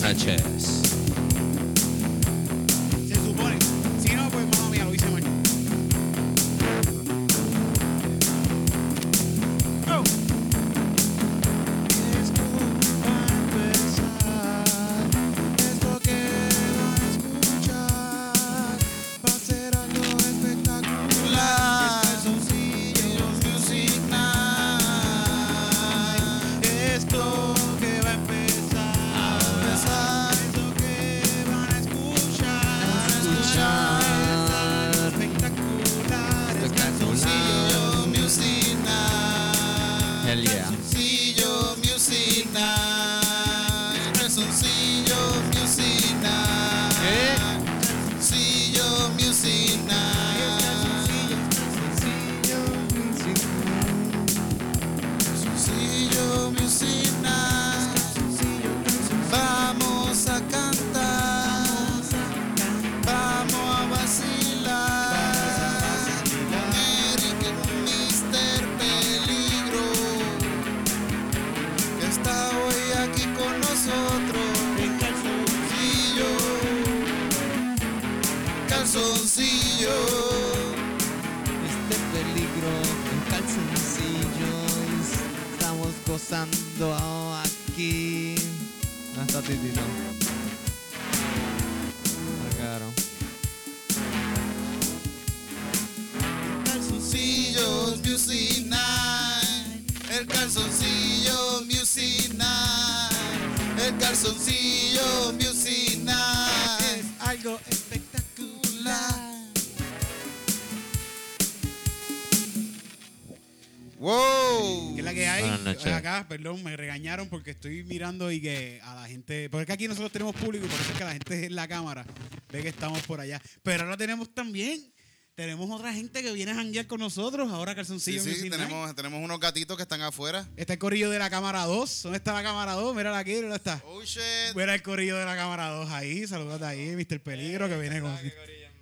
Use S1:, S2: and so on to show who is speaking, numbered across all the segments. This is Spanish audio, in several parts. S1: noches.
S2: Se supone. Si no, pues mamá mía, lo hice mal. Oh. Es culpa empezar. Esto que va a escuchar va a ser algo espectacular. Calzoncillos Music Night. Esto que va a empezar. Esto que van a escuchar. Van a escuchar. Es espectacular. Es Calzoncillos Music Night.
S1: Hell yeah.
S2: Calzoncillos Music Night. Calzoncillos Music Night.
S1: ¿Eh?
S2: Calzoncillos Music Night. Calzoncillos Music Night. Vamos a cantar. Vamos a vacilar. Con Eric y Mr. Peligro que está hoy aquí con nosotros. En calzoncillo, calzoncillo,
S3: Este peligro en calzoncillos Estamos gozando aquí No Ah, está Titi, no Ah, Está caro
S2: calzoncillos Music Night. El calzoncillo Music Night. El calzoncillo Music Night. Es algo espectacular.
S4: ¡Wow!
S2: ¿Qué es la que hay?
S1: Buenas noches.
S2: Acá, perdón, me regañaron porque estoy mirando y que a la gente. Porque es que aquí nosotros tenemos público, por eso es que la gente en la cámara ve que estamos por allá. Pero ahora tenemos también. Tenemos otra gente que viene a janguear con nosotros. Ahora
S4: Sí,
S2: calzoncillo.
S4: sí,
S2: Music Night.
S4: tenemos, tenemos unos gatitos que están afuera.
S2: Está el corrillo de la cámara 2. ¿Dónde está la cámara 2? Mírala aquí, mira está.
S4: ¡Oh, shit!
S2: Mira el corrillo de la cámara 2 ahí. Saludate ahí, Mr. Peligro, que
S4: Eh,
S2: viene con,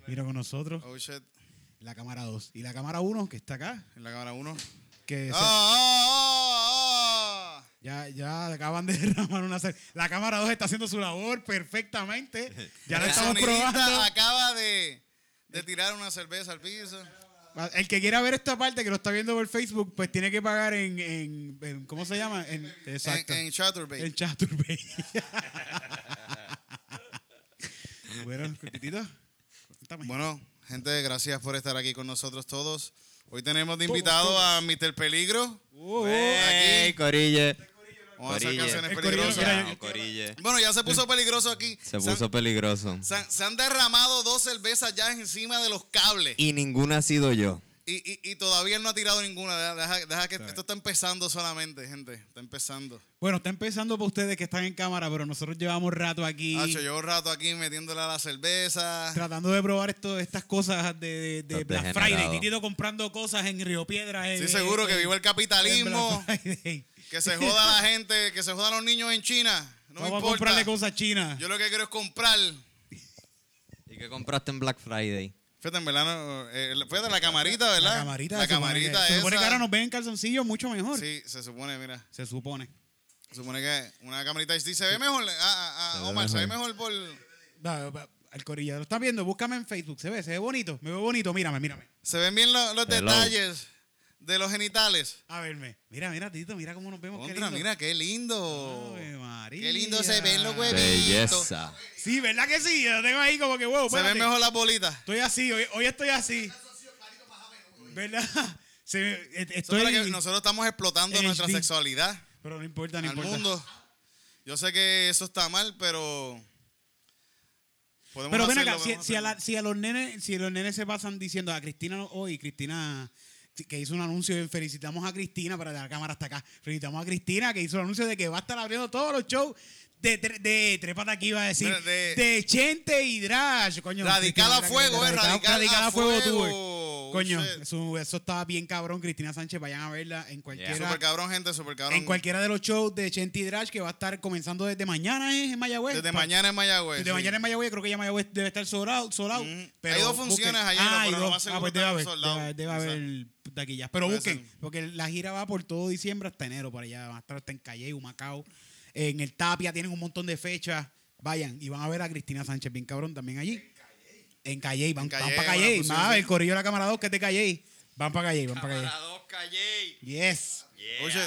S2: mira con nosotros.
S4: ¡Oh, shit!
S2: La cámara 2. Y la cámara 1, que está acá.
S4: En la cámara 1.
S2: Que se-
S4: ¡Ah, ah, ah, ah!
S2: Ya, ya acaban de derramar una sal- La cámara 2 está haciendo su labor perfectamente. Ya la
S4: El
S2: estamos
S4: sonidista
S2: probando.
S4: acaba de, de tirar una cerveza al piso.
S2: El que quiera ver esta parte, que lo está viendo por Facebook, pues tiene que pagar en. en- en- ¿Cómo se llama? En, exacto.
S4: En, en Chaturbate.
S2: En Chaturbay. bueno, cortitito. Cuéntame.
S4: Bueno, gente, gracias por estar aquí con nosotros todos. Hoy tenemos de invitado a Mr. Peligro.
S2: Oh, oh.
S4: Aquí.
S3: ¡Ey, corille!
S4: Vamos a hacer
S3: Corille.
S4: canciones
S2: El Corillo, mira,
S4: peligrosas.
S2: yo-
S3: No, corille
S4: Bueno, ya se puso peligroso aquí.
S3: Se
S4: han-
S3: puso peligroso
S4: se han- se han derramado dos cervezas ya encima de los cables.
S3: Y ninguna ha sido yo
S4: Y, y- y todavía él no ha tirado ninguna. Deja, deja- deja que esto está empezando solamente, gente. Está empezando.
S2: Bueno, está empezando para ustedes que están en cámara, pero nosotros llevamos rato aquí.
S4: Hacho, Ah, llevo un rato aquí metiéndole a la cerveza.
S2: tratando de probar esto, estas cosas de, de, de
S3: Estás
S2: Black
S3: degenerado.
S2: Friday. Titito comprando cosas en Río Piedra.
S4: Sí,
S2: eh,
S4: seguro que
S2: eh,
S4: vivo el capitalismo.
S2: en Black Friday.
S4: Que se joda la gente, que se jodan los niños en China. No me
S2: Vamos a
S4: importa.
S2: comprarle cosas chinas.
S4: Yo lo que quiero es comprar.
S3: ¿Y qué compraste en Black Friday?
S4: Fíjate, en verdad, no, eh, fíjate la camarita, ¿verdad?
S2: La camarita.
S4: La
S2: se supone
S4: camarita
S2: que- Se supone que
S4: esa.
S2: ahora nos ven en calzoncillos mucho mejor.
S4: Sí, se supone, mira.
S2: Se supone.
S4: Se supone que una camarita HD se ve mejor. Ah, ah, ah,
S3: ve
S4: Omar, se ve
S3: mejor.
S4: mejor por.
S2: Va, va, Al corillo, lo estás viendo, búscame en Facebook. Se ve, se ve bonito. Me veo bonito, mírame, mírame.
S4: Se ven bien lo- los
S3: Hello.
S4: detalles de los genitales.
S2: A verme. Mira, mira, Tito, mira cómo nos vemos. Oh, qué
S4: Contra,
S2: lindo.
S4: mira, qué lindo.
S2: Ave María.
S4: Qué lindo se ven los huevitos.
S3: Belleza
S2: Sí, ¿verdad que sí? Yo tengo ahí como que, wow,
S4: Se ven
S2: espérate.
S4: mejor las bolitas.
S2: Estoy así, hoy, hoy estoy así. ¿Verdad? Se me- et-
S4: Eso es
S2: estoy,
S4: para que nosotros estamos explotando
S2: HD.
S4: nuestra sexualidad
S2: pero no importa, no
S4: al
S2: importa.
S4: mundo. Yo sé que eso está mal, pero. podemos
S2: Pero ven
S4: hacerlo,
S2: acá, si,
S4: podemos
S2: si a la-
S4: hacerlo.
S2: si a los nenes, si los nenes se pasan diciendo a Cristina no- hoy, Cristina si- que hizo un anuncio de felicitamos a Cristina para la cámara hasta acá. Felicitamos a Cristina que hizo el anuncio de que va a estar abriendo todos los shows de, tre- de Trépate aquí iba a decir
S4: Mira, de-
S2: de, Chente y Drash, coño.
S4: Radical a
S2: Cristina,
S4: fuego, eh.
S2: radical-
S4: Radical,
S2: radical
S4: a fuego,
S2: tú, eh.
S4: Oh,
S2: Coño,
S4: shit.
S2: eso, eso estaba bien cabrón, Cristina Sánchez, vayan a verla en cualquiera
S4: Super cabrón, gente, super cabrón.
S2: En cualquiera de los shows de Chenti Drash que va a estar comenzando desde mañana ¿eh? en Mayagüez.
S4: Desde
S2: Pa-
S4: mañana en Mayagüez.
S2: Desde
S4: sí.
S2: mañana en Mayagüez, creo que ya Mayagüez debe estar solado. solado
S4: Ujú.
S2: pero
S4: Hay dos
S2: busquen.
S4: funciones allí,
S2: Ah,
S4: pero
S2: hay
S4: lo
S2: dos.
S4: más seguro
S2: Ah, pues
S4: está
S2: debe haber,
S4: sold out.
S2: debe haber- debe haber taquillas. Pero
S4: Puede
S2: busquen,
S4: ser.
S2: porque la gira va por todo diciembre hasta enero, por allá. Van a estar hasta en Calle, Humacao. En el Tapia tienen un montón de fechas. Vayan y van a ver a Cristina Sánchez, bien cabrón, también allí. En Calle. Van, van
S4: En Calle,
S2: para
S4: buena
S2: Calle.
S4: fusión,
S2: Más
S4: sí.
S2: el corillo de la cámara 2 que es de Calle. Van para Calle, van para Calle. Yes.
S4: Oye,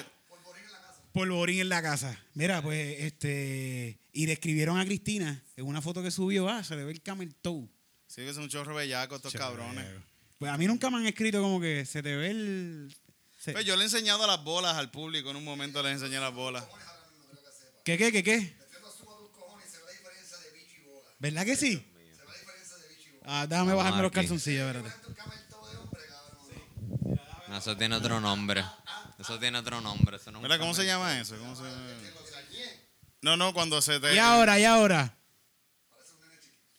S2: Polvorín en la casa. Mira, pues, este. Y describieron a Cristina en una foto que subió. Ah, se le ve el camel toe.
S4: sí que son un chorro bellaco estos cabrones.
S2: Pues a mí nunca me han escrito como que se te ve el. se-
S4: Pues yo le he enseñado las bolas al público, en un momento les enseñé las bolas.
S2: ¿Qué, qué, qué, qué? ¿Verdad que sí? Ah, déjame
S3: Vamos
S2: bajarme los
S3: aquí.
S2: calzoncillos, espérate.
S3: No, eso tiene otro nombre. Eso tiene otro nombre. Eso no es un
S4: Mira, ¿cómo se
S3: camel.
S4: llama eso? ¿Cómo se llama? No, no, cuando se te...
S2: Y ahora, y ahora.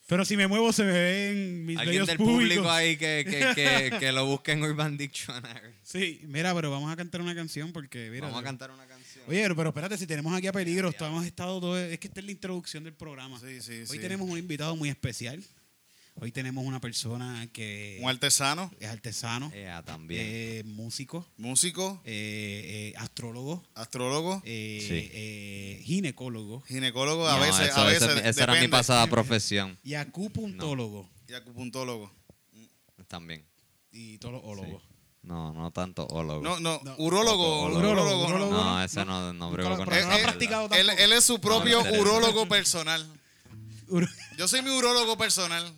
S2: Pero si me muevo se me ven mis
S3: Alguien
S2: bellos
S3: del
S2: públicos.
S3: público ahí que, que, que, que lo busque en Urban Dictionary.
S2: Sí, mira, pero vamos a cantar una canción porque, mira.
S3: Vamos a cantar una canción.
S2: Oye, pero espérate, si tenemos aquí a peligro, estamos hemos estado todo. Es que esta es la introducción del programa.
S4: Sí, sí,
S2: Hoy
S4: sí.
S2: tenemos un invitado muy especial. Hoy tenemos una persona que
S4: Un artesano,
S2: es artesano,
S3: Ea, también.
S2: eh, músico,
S4: músico,
S2: eh, eh, astrólogo,
S4: astrólogo,
S2: eh,
S3: Sí.
S2: eh, ginecólogo
S4: ginecólogo, a
S3: No,
S4: veces,
S3: eso-
S4: a veces,
S3: eso- esa era mi
S4: depende.
S3: pasada profesión.
S2: y acupuntólogo
S4: Y acupuntólogo.
S3: También.
S2: y todos los ólogos.
S3: No, no tanto ólogo.
S4: No, no,
S2: No.
S4: urólogo,
S3: Urólogo.
S4: urólogo,
S2: Urólogo,
S4: no.
S2: urólogo.
S3: No,
S2: no.
S3: ese no, no
S2: Nunca
S3: brego
S2: lo-
S3: con
S2: pero no
S3: eso,
S2: ha
S4: Eh, eh,
S2: practicado
S4: Él,
S2: tampoco.
S4: él es su propio
S3: interesa.
S4: urólogo personal.
S2: Uro-
S4: Yo soy mi urólogo personal.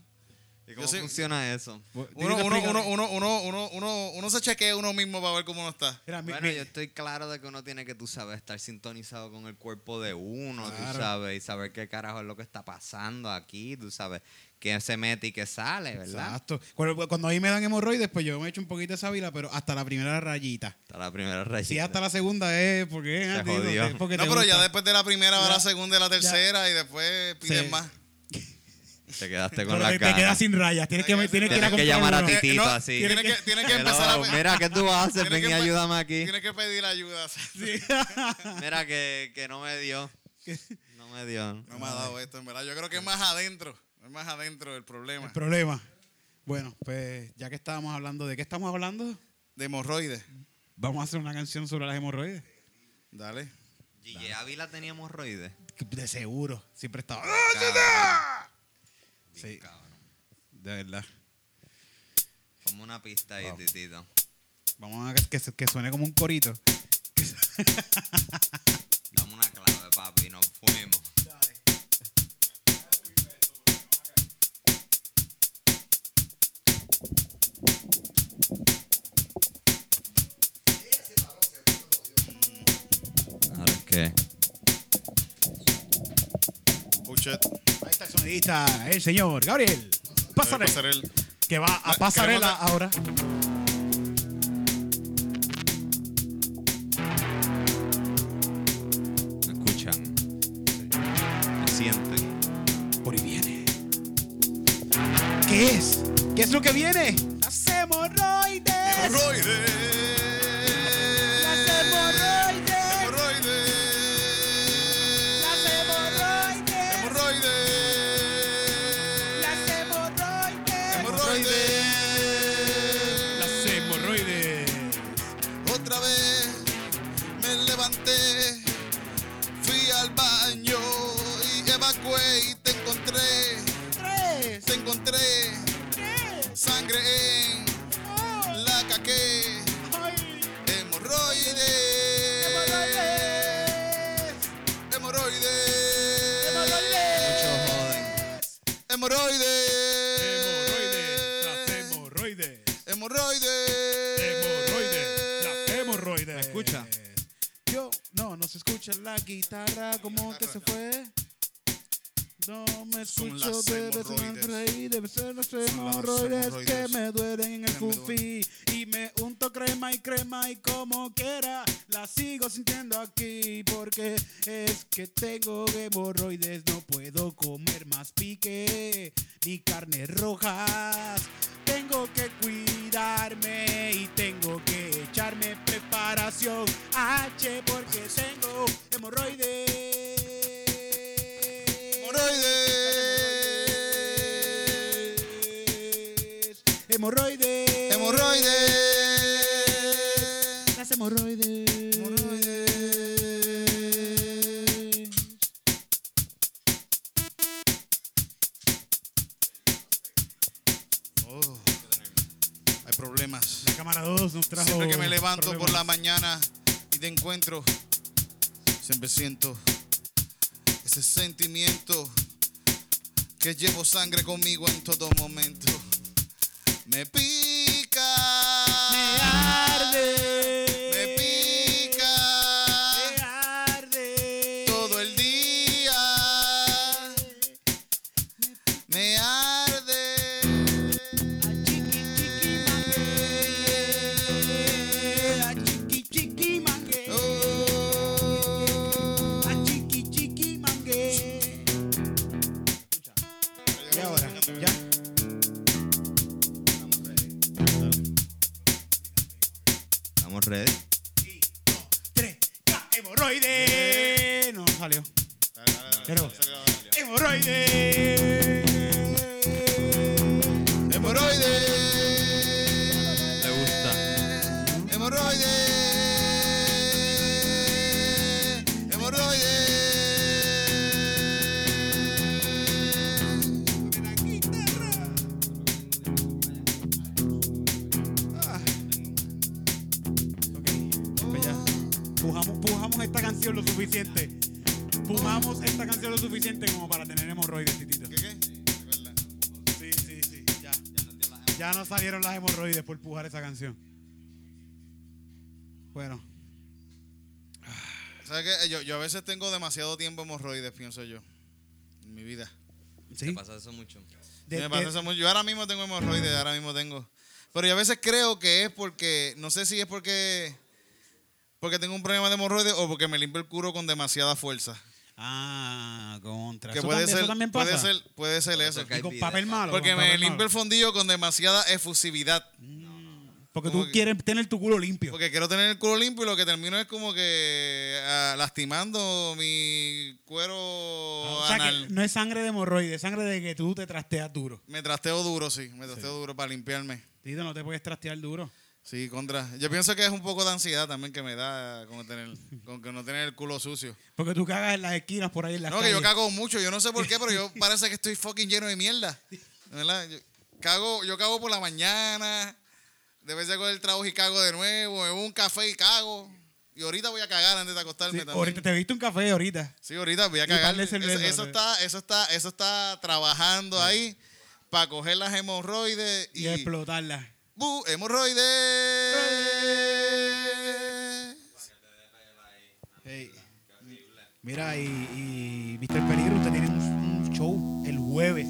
S3: ¿Y
S4: Yo
S3: cómo
S4: soy-
S3: funciona eso?
S4: Uno,
S2: Dile,
S4: uno,
S2: explícame.
S4: uno, uno, uno, uno, uno, uno se chequea uno mismo para ver cómo uno está.
S2: Mira, mi-
S3: Bueno,
S2: mi-
S3: yo estoy claro de que uno tiene que, tú sabes, estar sintonizado con el cuerpo de uno,
S2: Claro.
S3: tú sabes, y saber qué carajo es lo que está pasando aquí, tú sabes, qué se mete y qué sale, ¿verdad?
S2: Exacto. Cuando, cuando ahí me dan hemorroides, pues yo me echo un poquito de sábila, pero hasta la primera rayita.
S3: Hasta la primera rayita.
S2: Si hasta la segunda es porque es
S3: Se
S2: antiguo,
S3: jodió.
S2: es porque
S4: No,
S2: te
S4: pero ya
S2: gusta.
S4: después de la primera va
S2: Ya.
S4: la segunda y la tercera y después piden
S2: Sí.
S4: más.
S3: Te quedaste con
S2: Pero
S3: la
S2: te, te
S3: cara.
S2: quedas sin rayas. Tienes que, tienes que, ir a
S3: Tienes que
S2: comprar
S3: llamar a
S2: uno.
S4: ti.
S3: Titito
S4: Eh, no,
S3: así.
S4: tienes que- tienes que
S3: Hello,
S4: empezar a-
S3: Mira, ¿qué tú haces?
S4: Tienes
S3: Ven
S4: que
S3: y
S4: empe-
S3: ayúdame aquí.
S4: Tienes que pedir ayuda.
S3: Mira que, que no me dio. No me dio.
S4: No me ha dado esto, en verdad. Yo creo que es más adentro. Es más adentro el problema.
S2: El problema. Bueno, pues ya que estábamos hablando de qué estamos hablando,
S4: De hemorroides.
S2: vamos a hacer una canción sobre las hemorroides.
S4: Dale.
S3: Gigi Ávila tenía hemorroides.
S2: De seguro, siempre estaba.
S3: Cabrón.
S2: Sí.
S3: Ah, Bien, cabrón.
S2: De verdad.
S3: Como una pista ahí, Titito.
S2: Vamos a que, que, que suene como un corito.
S3: Dame una clave, papi. Nos fuimos. Ahora es que.
S4: Oh, shit.
S2: Ahí está el sonidista, el señor Gabriel.
S4: Voy a
S2: Pasarela.
S4: pasar el-
S2: Que va a
S4: La-
S2: pasarela
S4: queremos
S2: ahora.
S3: Me escuchan. Me sienten.
S2: Por ahí viene. ¿Qué es? ¿Qué es lo que viene? ¡Las hemorroides!
S4: Hemorroides.
S2: ¡Las hemorroides!
S4: Hemorroides.
S2: ¡Las hemorroides!
S4: Hemorroides.
S2: ¡Las hemorroides!
S4: Hemorroides.
S2: ¡Las hemorroides!
S4: Otra vez me levanté, fui al baño y evacué y te encontré,
S2: ¡Tres!
S4: te encontré
S2: ¡Tres!
S4: sangre en
S2: ¡Oh!
S4: la caqué,
S2: ¡Ay!
S4: hemorroides,
S2: ¡Hemorroides!
S4: hemorroides,
S2: Eh.
S4: hemorroides,
S2: hemorroides!
S4: hemorroides,
S2: hemorroides. ¿Me
S3: escucha?
S2: Yo, no, no se escucha la guitarra como que se fue. No me
S4: Son
S2: escucho,
S4: las
S2: pero son las
S4: hemorroides.
S2: hemorroides. Son las
S4: Son
S2: hemorroides
S4: las
S2: que
S4: hemorroides.
S2: me duelen en el
S4: Que me duelen.
S2: cufi. Y me unto crema y crema y como quiera la sigo sintiendo aquí. Porque es que tengo hemorroides, no puedo comer más pique ni carnes rojas. Tengo que cuidarme y tengo que echarme preparación H porque tengo hemorroides.
S4: hemorroides.
S2: Hemorroides.
S4: Hemorroides.
S2: Las hemorroides.
S4: Hemorroides.
S2: cámara 2 nos trajo.
S4: Siempre que me levanto por la
S2: problemas.
S4: mañana y te encuentro, siempre siento ese sentimiento que llevo sangre conmigo en todo momento. Me pica.
S2: Me arde.
S4: Me pica
S2: Me arde.
S4: todo el día. Me arde.
S2: Chiqui, chiqui, mangue. A chiqui, chiqui, mangue.
S4: Oh.
S2: A chiqui, chiqui, mangue. Y ahora, ya.
S3: Estamos ready.
S2: Tres, ya.
S4: Eh.
S2: Hemorroide. No, salió. Pero. Hemorroide.
S4: Hemorroides.
S1: Me gusta.
S4: Hemorroides. Hemorroides.
S2: Ok, pues ya. Pujamos, pujamos esta canción lo suficiente. Pujamos esta canción lo suficiente como para tener hemorroides, titito.
S4: ¿Qué qué?
S2: Sí, sí, sí, ya. Ya no salieron las hemorroides por pujar esa canción. Bueno,
S4: ¿Sabes qué? Yo, yo a veces tengo demasiado tiempo hemorroides, pienso yo. En mi vida.
S2: sí.
S3: Me pasa eso mucho.
S2: De-
S4: Me pasa
S2: de-
S4: eso mucho. Yo ahora mismo tengo hemorroides, ahora mismo tengo. Pero yo a veces creo que es porque, no sé si es porque porque tengo un problema de hemorroides o porque me limpio el culo con demasiada fuerza.
S2: Ah, contra.
S4: Que
S2: eso,
S4: puede
S2: también,
S4: ser,
S2: eso también
S4: puede
S2: pasa.
S4: ser, puede ser eso.
S3: que
S2: Y con papel malo.
S4: Porque
S2: con
S4: me
S2: papel
S4: limpio el
S2: malo.
S4: fondillo con demasiada efusividad.
S2: Porque
S4: como
S2: tú
S4: que-
S2: quieres tener tu culo limpio.
S4: Porque quiero tener el culo limpio y lo que termino es como que ah, lastimando mi cuero
S2: Ah, o sea
S4: anal.
S2: que no es sangre de hemorroides, es sangre de que tú te trasteas duro.
S4: Me trasteo duro, sí. Me trasteo duro para limpiarme.
S2: Tito, no te puedes trastear duro.
S4: Sí, contra. Yo pienso que es un poco de ansiedad también que me da con, tener, con que no tener el culo sucio.
S2: Porque tú cagas en las esquinas por ahí en las
S4: No, que yo
S2: calles.
S4: cago mucho. Yo no sé por qué, pero yo parece que estoy fucking lleno de mierda. ¿Verdad? Yo cago, yo cago por la mañana. De vez hago el trabajo y cago de nuevo. Me bebo un café y cago. Y ahorita voy a cagar antes de
S2: Sí,
S4: acostarme también.
S2: ahorita te viste un café ahorita.
S4: Sí, ahorita voy a
S2: Y par
S4: cagar.
S2: de
S4: Eso,
S2: cerveza,
S4: eso
S2: ¿no?
S4: está, eso está, eso está trabajando ahí para coger las hemorroides
S2: Y,
S4: y,
S2: explotarla.
S4: ¡Bu! ¡Hemorroides!
S2: Mira, y, y Mr. Peligro, usted tiene un, un show el jueves.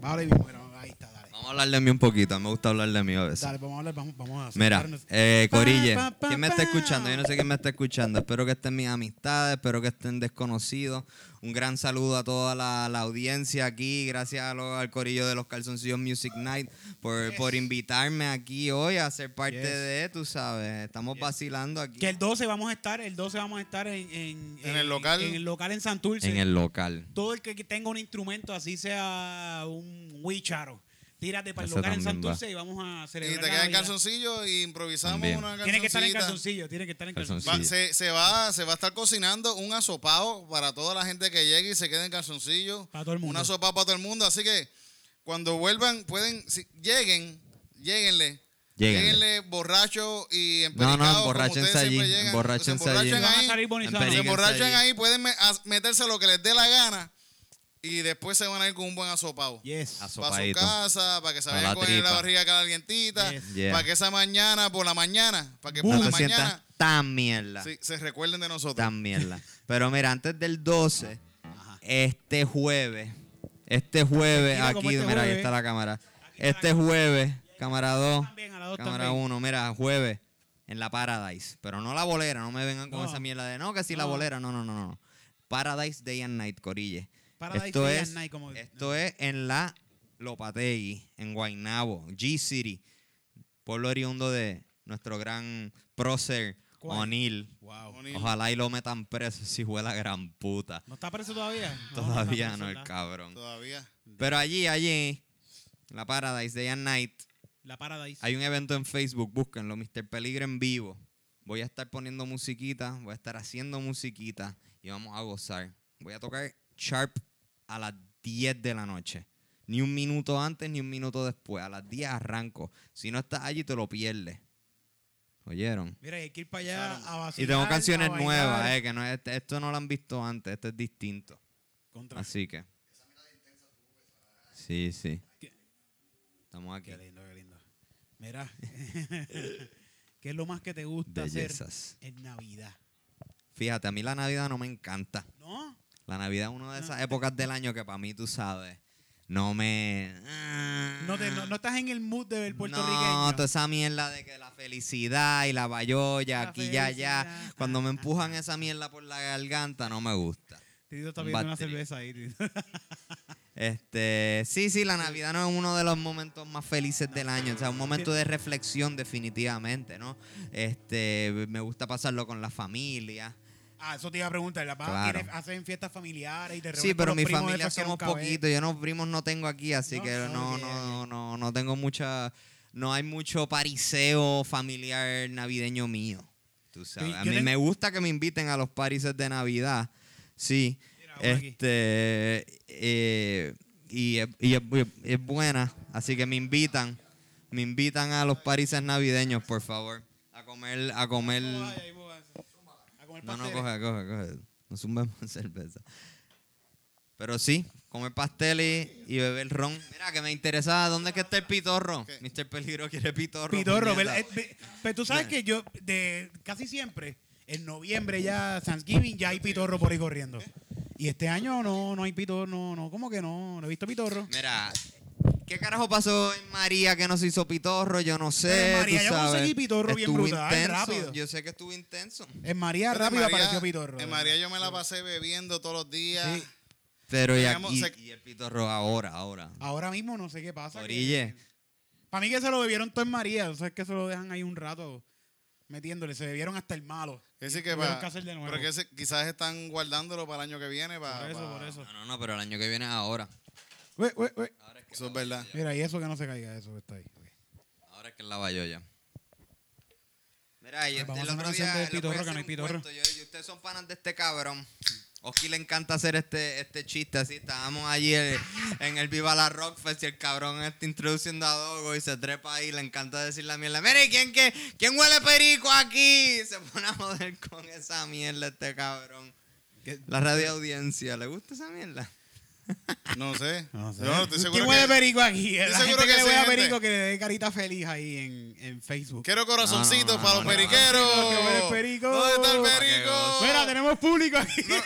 S2: Vale, bien, bueno, ahí está, dale.
S3: Vamos a hablar de mí un poquito. Me gusta hablar de mí a veces.
S2: Dale, vamos a hablar, vamos, vamos a
S3: Mira,
S2: sentarnos.
S3: eh, Corille,
S2: Pa, pa, pa,
S3: ¿quién me está
S2: pa.
S3: escuchando? Yo no sé quién me está escuchando. Espero que estén mis amistades, espero que estén desconocidos. Un gran saludo a toda la, la audiencia aquí. Gracias a lo- al Corillo de los Calzoncillos Music Night por, por invitarme aquí hoy a ser parte
S2: Yes.
S3: de, tú sabes. Estamos vacilando aquí
S2: Que el 12 vamos a estar, el 12 vamos a estar en, en,
S4: En el local.
S2: En el local en Santurce.
S3: en el local.
S2: Todo el que tenga un instrumento, así sea un huicharo, tírate para el
S3: Eso
S2: local en
S3: también va.
S2: Santurce y vamos a
S4: Y
S2: celebrar. la
S4: te quedas en
S2: Navidad.
S4: calzoncillo y improvisamos
S3: También.
S4: una
S2: Tiene que estar en
S4: calzoncillita.
S2: calzoncillo, tiene que estar en calzoncillo.
S3: Calzoncillo.
S4: Va-
S3: Sí.
S4: se, se va, se va a estar cocinando un asopado para toda la gente que llegue y se quede en calzoncillo.
S2: Para todo el mundo.
S4: Un asopado para todo el mundo. Así que cuando vuelvan, pueden, si, lleguen, lleguenle.
S3: Lléguenle.
S4: Lleguenle borracho y
S3: No,
S4: empericados,
S3: no,
S4: como
S3: emborráchense
S4: ustedes siempre
S3: allí.
S4: llegan. Se
S3: Emborráchense allí.
S4: emborrachan
S2: Van a
S4: ahí,
S2: salir bonizados.
S4: Se
S3: Emperíguense
S4: emborrachan
S3: allí.
S4: ahí, pueden me- a- meterse lo que les dé la gana y después se van a ir con un buen asopado.
S2: Yes.
S3: Aso-
S4: Para su
S3: Sopadito.
S4: casa, para que se
S3: Pa'
S4: vayan
S3: la
S4: con la
S3: tripa.
S4: barriga calientita,
S2: Yes.
S3: Yeah.
S4: para que esa mañana, por la mañana, para que
S2: Boom.
S4: por
S3: No
S4: la
S3: te sientas
S4: mañana
S3: tan mierda.
S4: sí, se recuerden de nosotros.
S3: tan mierda. Pero mira, antes del 12, este jueves, este jueves,
S2: Mira cómo
S3: aquí,
S2: este
S3: mira, ahí
S2: jueves.
S3: está la cámara. Este jueves, cámara 2,
S2: También, a las dos
S3: cámara
S2: también.
S3: 1, mira, jueves, en la Paradise. Pero no la bolera, no me vengan con
S2: No.
S3: esa mierda de, no, que si la
S2: No.
S3: bolera, no, no, no, no. Paradise Day and Night, Corille.
S2: Paradise
S3: esto
S2: Day
S3: es,
S2: and Night, como-
S3: Esto es en la Lopategui, en Guaynabo, G-City, pueblo oriundo de nuestro gran prócer
S2: ¿Cuál?
S3: O'Neill.
S2: Wow.
S4: Bonito.
S3: Ojalá y lo metan preso si fue la gran puta.
S2: ¿No está preso todavía? No, no está
S3: Todavía
S2: preso,
S3: no, el
S2: ¿verdad?
S3: cabrón.
S4: Todavía.
S3: Pero allí, allí, en la Paradise Day and Night,
S2: La Paradise.
S3: hay un evento en Facebook, búsquenlo, Mr. Peligro en vivo. Voy a estar poniendo musiquita, voy a estar haciendo musiquita y vamos a gozar. Voy a tocar Sharp a las 10 de la noche. Ni un minuto antes, ni un minuto después. A las 10 arranco. Si no estás allí, te lo pierdes. ¿Oyeron?
S2: Mira, hay que ir para allá a
S3: Y
S2: vacilar.
S3: tengo
S2: a
S3: canciones
S2: bailar.
S3: nuevas, eh, que no, este- esto no lo han visto antes, esto es distinto.
S2: Contra.
S3: Así que. Sí, sí. Estamos aquí.
S2: Qué lindo, qué lindo. Mira, ¿qué es lo más que te gusta
S3: Bellezas.
S2: hacer en Navidad?
S3: Fíjate, a mí la Navidad no me encanta.
S2: ¿No?
S3: La Navidad es una de esas épocas del año que para mí, tú sabes, no me... ah,
S2: No, te-
S4: Ah.
S2: no, no estás en el mood de ver
S3: No,
S2: puertorriqueño.
S3: toda esa mierda de que la felicidad y la bayolla,
S2: La
S3: aquí, ya, allá.
S2: felicidad. Ah,
S3: Cuando me empujan esa mierda por la garganta, no me gusta.
S2: Tito está
S3: un
S2: pidiendo una
S3: batería.
S2: cerveza ahí. Tito.
S3: Este, sí, sí, la Navidad no es uno de los momentos más felices del año, o sea, un momento de reflexión definitivamente, ¿no? Este, me gusta pasarlo con la familia.
S2: Ah, eso te iba a preguntar. ¿La
S3: Claro.
S2: tiene- hacen fiestas familiares y te reúnes
S3: Sí,
S2: con
S3: pero
S2: los
S3: mi
S2: primos de
S3: familia
S2: esos que
S3: somos
S2: nunca ves?
S3: poquitos, yo no primos no tengo aquí, así
S2: No,
S3: que
S2: no,
S3: no, no,
S2: ok,
S3: no, no, tengo mucha, no hay mucho pariseo familiar navideño mío. Tú sabes,
S2: Yo-
S3: a
S2: yo
S3: mí
S2: ten-
S3: me gusta que me inviten a los parises de Navidad, sí.
S2: Mira, uno aquí.
S3: Este, eh, y, es, y es- es buena, así que me invitan, me invitan a los parises navideños, por favor, a comer, a comer.
S2: Ay, ahí voy a- a comer
S3: No, no,
S2: pasteles.
S3: coge, coge, coge. No zumbemos cerveza. Pero sí, comer pasteles y beber ron. Mira, que me interesaba, ¿dónde es que está el pitorro?
S4: ¿Qué?
S3: Mr. Peligro quiere pitorro.
S2: Pitorro,
S3: puñeta.
S2: ¿verdad? Eh, ve- pero tú sabes que yo, de casi siempre, en noviembre ya, Thanksgiving, ya hay pitorro por ahí corriendo. Y este año no, no hay pitorro, no, no, ¿cómo que no? No he visto pitorro.
S3: Mira, ¿qué carajo pasó en María que no se hizo pitorro? Yo no sé.
S2: En María
S3: tú
S2: yo
S3: sabes.
S2: conseguí pitorro bien
S3: Estuvo
S2: brutal,
S3: intenso.
S2: rápido.
S3: Yo sé que estuvo intenso.
S2: En María rápido
S4: En María-
S2: apareció pitorro.
S4: En María yo me la pasé bebiendo todos los días.
S2: Sí.
S3: Pero y
S4: Teníamos-
S3: aquí,
S4: se-
S3: y el pitorro ahora, ahora.
S2: Ahora mismo no sé qué pasa.
S3: Orille.
S2: Para mí que se lo bebieron todo en María. O sea, es que se lo dejan ahí un rato metiéndole. Se bebieron hasta el malo.
S4: Es decir que
S2: Tuvieron
S4: pa-
S2: que hacer de nuevo.
S4: Porque ese- quizás están guardándolo para el año que viene. pa-
S2: Por eso,
S4: pa-
S2: por eso.
S3: No, no, no, pero el año que viene ahora.
S2: Ué, ué, ué.
S3: Ahora es que,
S4: Eso es verdad.
S2: Mira, y eso que no se caiga, eso que está ahí. Ok.
S3: Ahora es que es la bayoya. Mira, y
S2: Pues
S3: el,
S2: vamos
S3: el
S2: a hacer
S3: otro
S2: una canción de
S3: día les voy a
S2: Pitorro,
S3: hacer
S2: que no hay
S3: un
S2: Pitorro.
S3: cuento. Yo, yo- ustedes son panas de este cabrón. Oski le encanta hacer este, este chiste así. Estábamos allí eh, en el Viva la Rockfest y el cabrón está introduciendo a Dogo y se trepa ahí. Le encanta decir la mierda. Mire, ¿quién, qué, ¿quién huele perico aquí? Se pone a joder con esa mierda este cabrón. La radio audiencia, ¿le gusta esa mierda?
S4: No sé.
S2: No sé.
S4: Yo no estoy seguro.
S2: ¿Quién huele
S4: que-
S2: perico aquí? La
S4: seguro
S2: gente que,
S4: que
S2: le
S4: sí,
S2: huele a
S4: gente.
S2: perico que le dé carita feliz ahí en, en Facebook.
S4: Quiero corazoncitos
S3: No, no,
S4: para
S3: no,
S4: los
S3: no,
S4: periqueros.
S2: no, no, no, no, no, no, perico.
S4: ¿Dónde está el
S2: Para
S3: que
S4: perico?
S3: goce.
S2: Mira, tenemos público aquí.
S4: no veo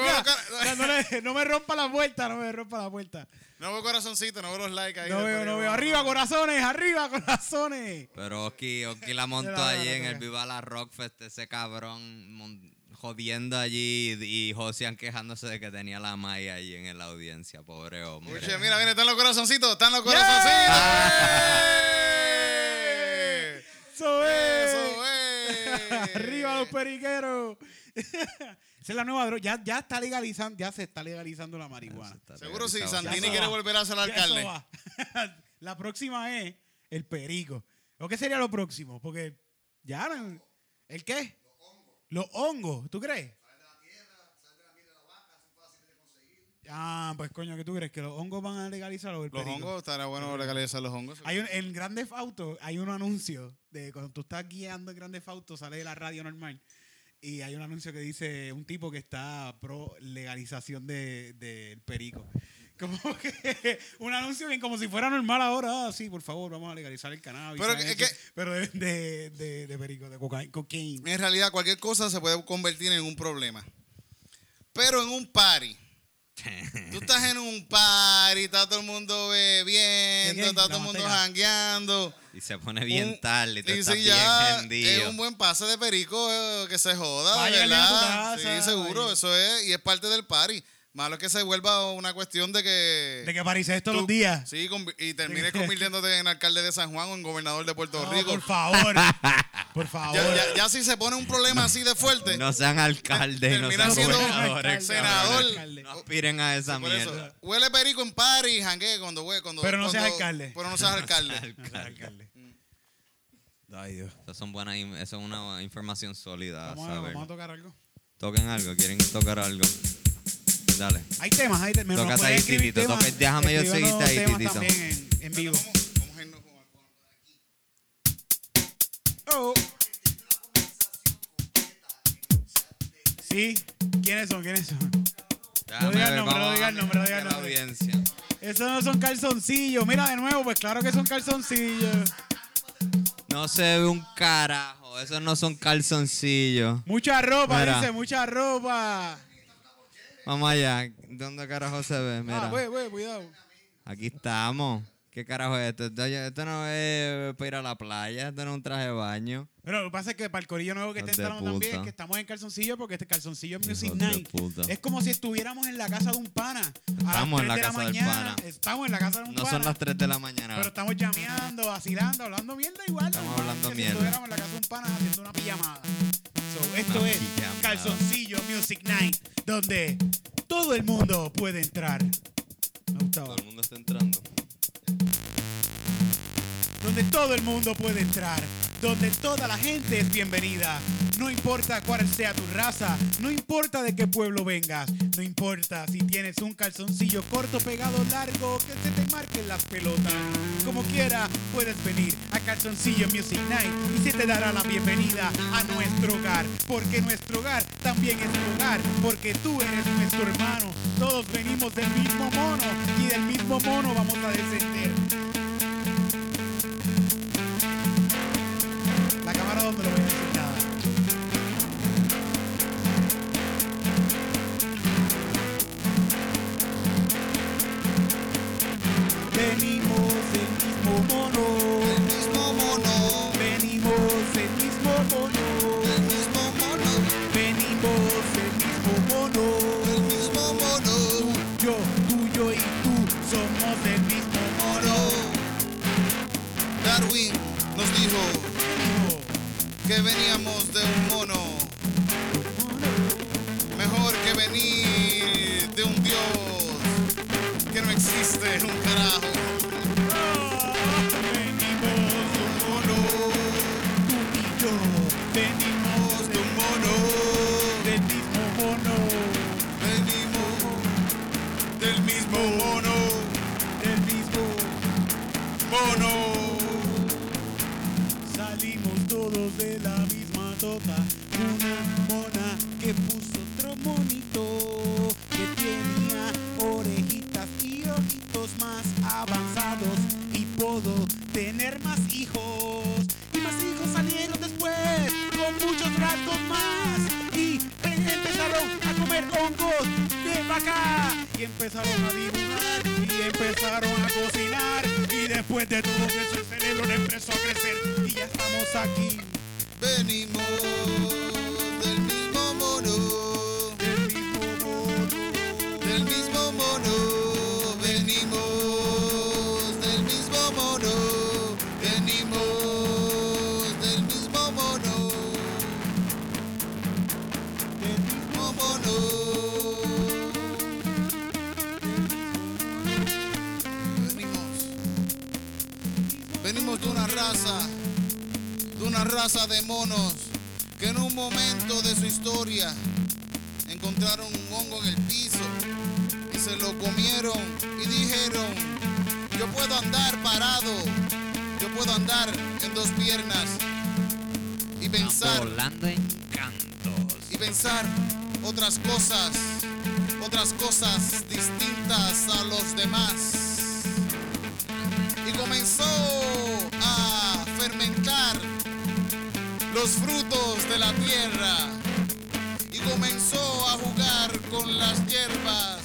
S2: Venga,
S4: cara-
S2: no, no le- no me rompa la puerta, no me rompa la puerta.
S4: No veo corazoncitos, no veo los likes ahí.
S2: No
S4: del
S2: veo,
S4: perico.
S2: no veo. Arriba, corazones, arriba, corazones.
S3: Pero Oski, Oski la
S2: No,
S3: montó
S2: no,
S3: allí
S2: no,
S3: en
S2: no.
S3: el Viva la Rockfest, ese cabrón mon- jodiendo allí y, y Josian quejándose de que tenía la Maya allí en la audiencia, pobre hombre.
S4: Escuche, mira, mira, están los corazoncitos, están los
S2: Yeah.
S4: corazoncitos.
S2: Eso es.
S4: Eso es.
S2: Arriba los periqueros. Esa es la nueva droga. Ya, ya está legalizando, ya se está legalizando la marihuana.
S4: Seguro si
S2: Ya
S4: Santini
S2: eso
S4: quiere
S2: va.
S4: volver a ser
S2: Ya eso
S4: alcalde.
S2: va. la próxima es el perico. ¿O qué sería lo próximo? Porque ya no- ¿El qué? Los hongos, ¿tú crees? Ah, pues coño, ¿qué tú crees? ¿Que los hongos van a legalizar o el
S4: Los
S2: perico?
S4: hongos, estará bueno legalizar los hongos.
S2: Hay un- en Grande Auto hay un anuncio de cuando tú estás guiando en Grande Auto, sale de la radio normal y hay un anuncio que dice un tipo que está pro legalización de- del perico. Como que un anuncio bien como si fuera normal ahora. Ah, sí, por favor, vamos a legalizar el cannabis.
S4: Pero
S2: ¿sabes?
S4: es que-
S2: Pero de, de- de- de perico, de cocaína. cocaine.
S4: En realidad, cualquier cosa se puede convertir en un problema. Pero en un party. Tú estás en un party, está todo el mundo
S2: ¿Qué, qué?
S4: bebiendo, está
S2: La
S4: todo el mundo
S2: manteca.
S4: jangueando.
S3: Y se pone bien
S4: Un-
S3: tarde, tú
S4: y
S3: estás
S4: si
S3: bien
S4: ya
S3: hendido.
S4: Es un buen pase de perico eh, que se joda,
S2: Vaya,
S4: de
S2: llega a tu
S4: verdad.
S2: casa,
S4: sí, seguro,
S2: vaya.
S4: eso es. Y es parte del party. Malo que se vuelva una cuestión de que.
S2: De que aparece todos
S4: Eh, tú-
S2: los días.
S4: Sí, convi- y termines convirtiéndote en alcalde de San Juan o en gobernador de Puerto
S2: No,
S4: Rico.
S2: por favor. por favor.
S4: Ya, ya- ya si se pone un problema así de fuerte,
S3: No sean alcaldes, no
S4: Termina
S3: sean
S4: siendo
S3: gobernadores,
S4: senador.
S3: cabrones. No aspiren a esa
S4: Por eso,
S3: mierda.
S4: huele perico en party, jangue cuando hue- cuando
S2: Pero no
S4: cuando-
S2: seas alcalde.
S4: Pero no seas alcalde.
S2: Alcalde. Ay, Dios.
S3: Esas son buenas, in- eso es una información sólida, a
S2: Vamos a,
S3: saber.
S2: vamos a tocar algo.
S3: Toquen algo, quieren tocar algo. Dale.
S2: Hay temas, hay temas.
S3: Tócate ahí, Titito, toca- déjame yo seguirte ahí, Titito.
S2: También en, en vivo.
S4: Vamos a irnos con algo.
S2: Oh. Sí, ¿quiénes son? ¿Quiénes son?
S3: Déjame
S2: diga el
S3: ver,
S2: nombre, no
S3: vamos
S2: diga el
S3: a
S2: nombre, no diga el
S3: la
S2: nombre.
S3: audiencia.
S2: Esos no son calzoncillos. Mira de nuevo, pues claro que son calzoncillos.
S3: No se ve un carajo. Esos no son calzoncillos.
S2: Mucha ropa,
S3: Mira.
S2: dice, mucha ropa. Ah,
S3: Vamos allá. ¿Dónde carajo se ve? Mira.
S2: Ah, güey, güey, cuidado.
S3: Aquí estamos. ¿Qué carajo es esto? Esto, ya- esto no es para ir a la playa. Esto no es un traje de baño.
S2: Pero lo que pasa es que para el corillo nuevo que está
S3: Hijos de
S2: entrando también,
S3: puta.
S2: es que estamos en calzoncillo porque este calzoncillo es
S3: Hijos
S2: Music
S3: de
S2: Night.
S3: puta.
S2: Es como si estuviéramos en la casa de un pana.
S3: Estamos en la casa del pana.
S2: Estamos en la casa de un
S3: No
S2: pana.
S3: son las 3 de la mañana.
S2: Pero estamos llameando, vacilando, hablando mierda igual.
S3: Estamos
S2: normal,
S3: hablando
S2: que
S3: mierda.
S2: Si estuviéramos en la casa de un pana haciendo una pijamada. So, esto
S3: Una
S2: es
S3: pijamada.
S2: Calzoncillo Music Night, donde todo el mundo puede entrar. Me gustaba.
S3: Todo el mundo está entrando.
S2: donde todo el mundo puede entrar, donde toda la gente es bienvenida. No importa cuál sea tu raza, no importa de qué pueblo vengas, no importa si tienes un calzoncillo corto, pegado, largo, que se te marquen las pelotas. Como quiera, puedes venir a Calzoncillo Music Night y se te dará la bienvenida a nuestro hogar, porque nuestro hogar también es tu hogar, porque tú eres nuestro hermano. Todos venimos del mismo mono y del mismo mono vamos a descender. La cámara donde lo voy a decir nada. Venimos del mismo
S4: El
S2: mono,
S4: mismo mono,
S2: venimos del mismo mono,
S4: el mismo mono,
S2: venimos del mismo mono.
S4: el mismo mono,
S2: Yo, tú, yo y tú somos del mismo
S4: mono. Darwin nos dijo
S2: mono.
S4: que veníamos de un mono. Mejor que venir de un dios que no existe en un carajo.
S2: Ah, Venimos de un
S4: Mono,
S2: Tú y yo venimos
S4: venimos de un mono,
S2: del mismo mono,
S4: venimos del mismo mono,
S2: del mismo
S4: mono.
S2: salimos todos de la misma tota. Una mona que puso otro monito que tenía orejitas y ojitos más avanzados y pudo tener más hijos. Y más hijos salieron después con muchos rasgos más y empezaron a comer hongos de vaca y empezaron a dibujar y empezaron a cocinar y después de todo eso el cerebro le empezó a crecer y ya estamos aquí
S4: Venimos del mismo mono,
S2: del mismo mono
S4: del mismo mono, venimos del mismo mono, venimos del mismo mono,
S2: del mismo
S4: mismo mono. Venimos, venimos de una raza, de una raza de monos que en un momento de su historia encontraron un hongo en el piso y se lo comieron y dijeron, yo puedo andar parado, yo puedo andar en dos piernas y pensar
S3: volando en cantos.
S4: y pensar otras cosas, otras cosas distintas a los demás. Y comenzó a fermentar los frutos de la tierra. Y comenzó a jugar con las hierbas.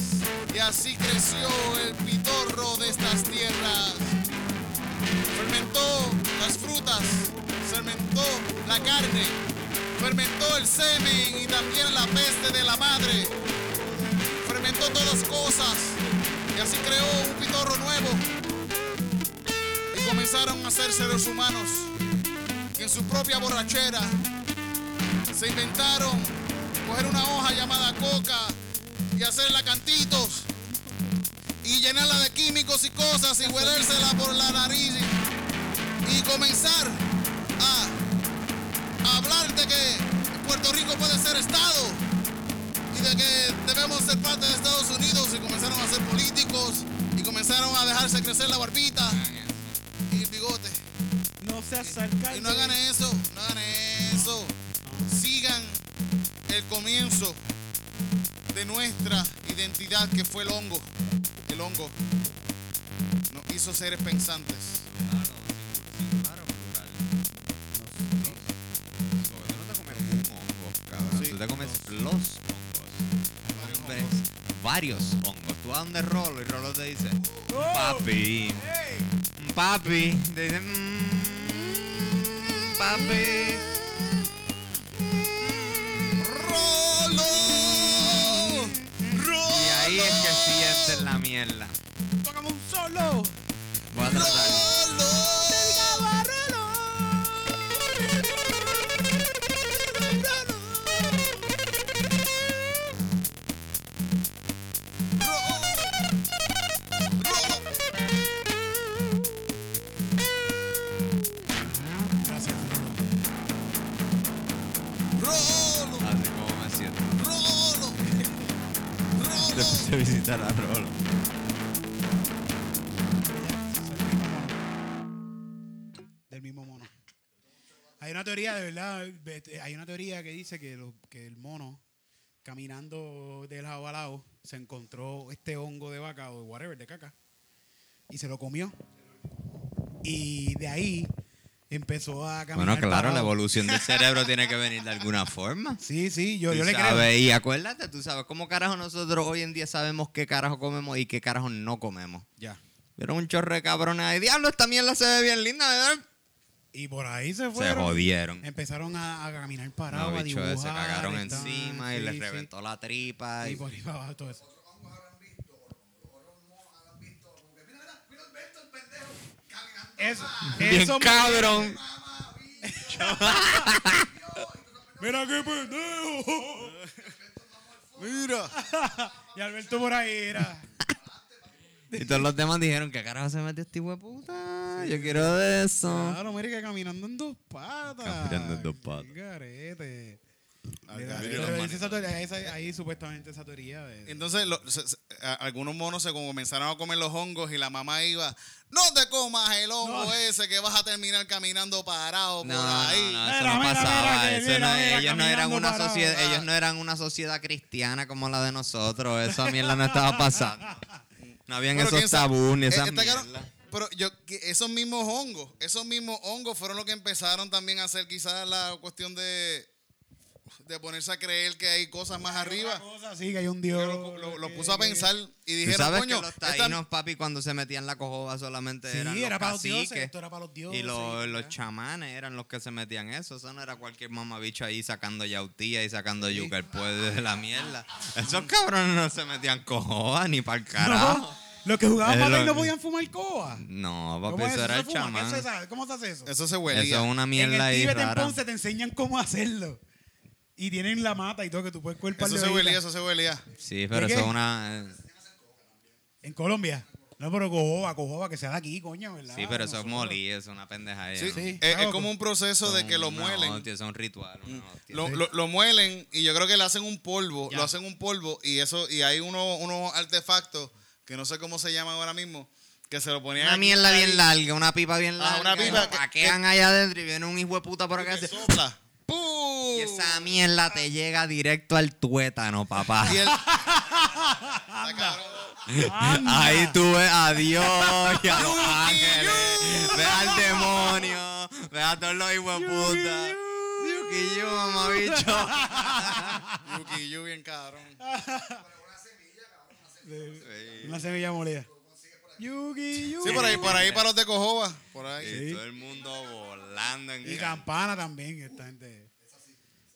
S4: Y así creció el pitorro de estas tierras fermentó las frutas, fermentó la carne, fermentó el semen y también la peste de la madre, fermentó todas cosas y así creó un pitorro nuevo. Y comenzaron a ser seres humanos que en su propia borrachera se inventaron coger una hoja llamada coca y hacerla cantitos y llenarla de químicos y cosas y huelérsela por la nariz y, y comenzar a, a hablar de que Puerto Rico puede ser Estado y de que debemos ser pa- parte de Estados Unidos y comenzaron a ser políticos y comenzaron a dejarse crecer la barbita y el bigote.
S2: No seas sarcástico.
S4: Y no hagan eso, no hagan eso. Sigan el comienzo de nuestra identidad que fue el hongo. El hongo nos hizo seres pensantes.
S3: Tú te comes los hongos. Hombre, varios hongos. Tú vas donde Rolo y Rolo te dice, papi,
S2: Oh.
S3: papi. Te dice, "Mm, papi.
S4: ¡Rolo! ¡Rolo!
S3: Y ahí es que sientes la mierda.
S2: Tócame un solo.
S3: Voy a tratar.
S2: Gracias.
S4: Rolo,
S3: Así como me siento.
S4: Rolo,
S3: Te
S4: Rolo.
S3: puse a visitar a Rolo.
S2: Del mismo mono. Hay una teoría, de verdad, vete- hay una teoría que dice que, lo- que el mono, caminando del lado a lado, se encontró este hongo de vaca o de whatever, de caca, y se lo comió. Y de ahí empezó a caminar.
S3: Bueno, claro,
S2: parado.
S3: la evolución del cerebro tiene que venir de alguna forma.
S2: Sí, sí, yo,
S3: Tú
S2: yo le creo.
S3: sabes, Y acuérdate, tú sabes cómo carajo nosotros hoy en día sabemos qué carajo comemos y qué carajo no comemos.
S2: Ya.
S3: Vieron un chorro de cabrones ahí. Diablo, esta mierda se ve bien linda, ¿verdad?
S2: Y por ahí se
S3: Se
S2: fueron.
S3: jodieron.
S2: Empezaron a, a caminar
S3: No,
S2: parados, a
S3: bicho,
S2: dibujar.
S3: se cagaron
S2: y tal.
S3: encima y
S2: Sí,
S3: les
S2: sí.
S3: reventó la tripa.
S2: Y
S3: Y,
S2: por ahí para abajo todo eso. Eso, eso
S3: cabrón.
S2: Mira qué pendejo.
S4: Mira.
S2: Y Alberto por ahí era.
S3: Y todos los demás dijeron, ¿qué carajo se metió este hijo de puta? Yo quiero de eso.
S2: Claro, mira que caminando en dos patas.
S3: Caminando en dos patas.
S2: Qué Garete. Mira,
S4: garete.
S2: pero
S3: Los
S2: dice
S3: manitos.
S2: esa teoría, esa- ahí supuestamente esa teoría de-
S4: Entonces, lo- se- se- a- algunos monos se comenzaron a comer los hongos y la mamá iba, no te comas el hongo
S2: No.
S4: ese que vas a terminar caminando parado
S3: No,
S4: por
S3: no,
S4: ahí.
S3: no,
S2: Mira,
S3: eso no
S2: mira, mira,
S3: pasaba.
S2: que
S3: eso
S2: mira,
S3: no-
S2: mira,
S3: ellos no eran
S2: caminando
S3: una
S2: parado.
S3: sociedad, ellos no eran una sociedad cristiana como la de nosotros. Esa mierda no estaba pasando. No habían
S4: Pero quién
S3: esos
S4: sabe,
S3: tabús ni
S4: eh,
S3: esas
S4: está claro,
S3: mierdas.
S4: Pero yo, que esos mismos hongos, esos mismos hongos fueron los que empezaron también a hacer quizás la cuestión de, de ponerse a creer que hay cosas más arriba.
S2: Otra cosa, sí, que hay un dios.
S4: Lo, lo- lo
S2: que-
S4: puso a
S2: que-
S4: pensar y
S3: Tú
S4: dijeron,
S3: sabes
S4: coño,
S3: que los
S4: esta-
S3: taínos, papi, cuando se metían la cojoba solamente
S2: Sí,
S3: eran los
S2: era para los dioses,
S3: caciques.
S2: esto era para los dioses,
S3: Y los, los
S2: ya.
S3: chamanes eran los que se metían eso. Eso no era cualquier mamabicho ahí sacando yautía y sacando yuca el pueblo de la mierda. Esos cabrones no se metían cojoba ni para el carajo.
S2: No, los que jugaban
S3: Es
S2: papel
S3: lo-
S2: no podían fumar coa.
S3: No, papi,
S2: ¿Cómo es
S3: eso era
S2: se
S3: el
S2: fuma? ¿Qué
S3: chamán.
S2: se sabe? ¿Cómo se hace eso?
S4: eso se
S3: Eso
S4: huelía.
S3: es una
S2: en
S3: mierda
S2: el
S3: ahí
S2: Tíbet en
S3: rara.
S2: Ponce te enseñan cómo hacerlo. Y tienen la mata y todo que tú puedes cuerpo
S4: Eso se huelía, eso se huelía.
S3: Sí, pero
S2: ¿De
S3: eso es
S2: qué?
S3: una... eh,
S2: En Colombia. No, pero cojoba, cojoba, que sea de aquí, coño, ¿verdad?
S3: Sí, pero eso es
S2: Nosotros.
S3: molí, eso es una pendeja.
S4: Sí,
S3: Sí,
S2: Sí,
S4: es, es
S2: claro,
S4: como
S2: pues.
S4: un proceso de que lo muelen. Mm.
S3: es un ritual. una hostia.
S4: Lo, lo- lo muelen y yo creo que le hacen un polvo,
S2: Ya.
S4: lo hacen un polvo y eso y hay uno- unos artefactos que no sé cómo se llaman ahora mismo que se lo ponían
S3: Una
S4: aquí,
S3: mierda
S4: ahí,
S3: bien larga, una pipa bien
S4: Ah,
S3: larga.
S4: una
S3: y
S4: pipa
S3: la
S4: que-
S3: paquean allá adentro y viene un hijo de puta por acá.
S4: que
S3: hace-
S4: sopla. ¡Pum!
S3: Y esa mierda te llega directo al tuétano, papá.
S4: Y el- Está cabrón.
S2: Anda.
S3: Ahí tú ves a Dios y a los
S4: Yuki,
S3: ángeles. Ves al demonio, ves a todos los hijos de puta.
S2: Yuki, yu.
S3: Yuki, yu, mamabicho.
S4: Yuki, yu, bien cabrón.
S2: Sí. Una semilla molida. Yugi, yugi.
S4: Sí, por ahí, por ahí para los de Cojoba. Por ahí.
S3: Y todo el mundo volando en
S2: Y campana también, esta gente.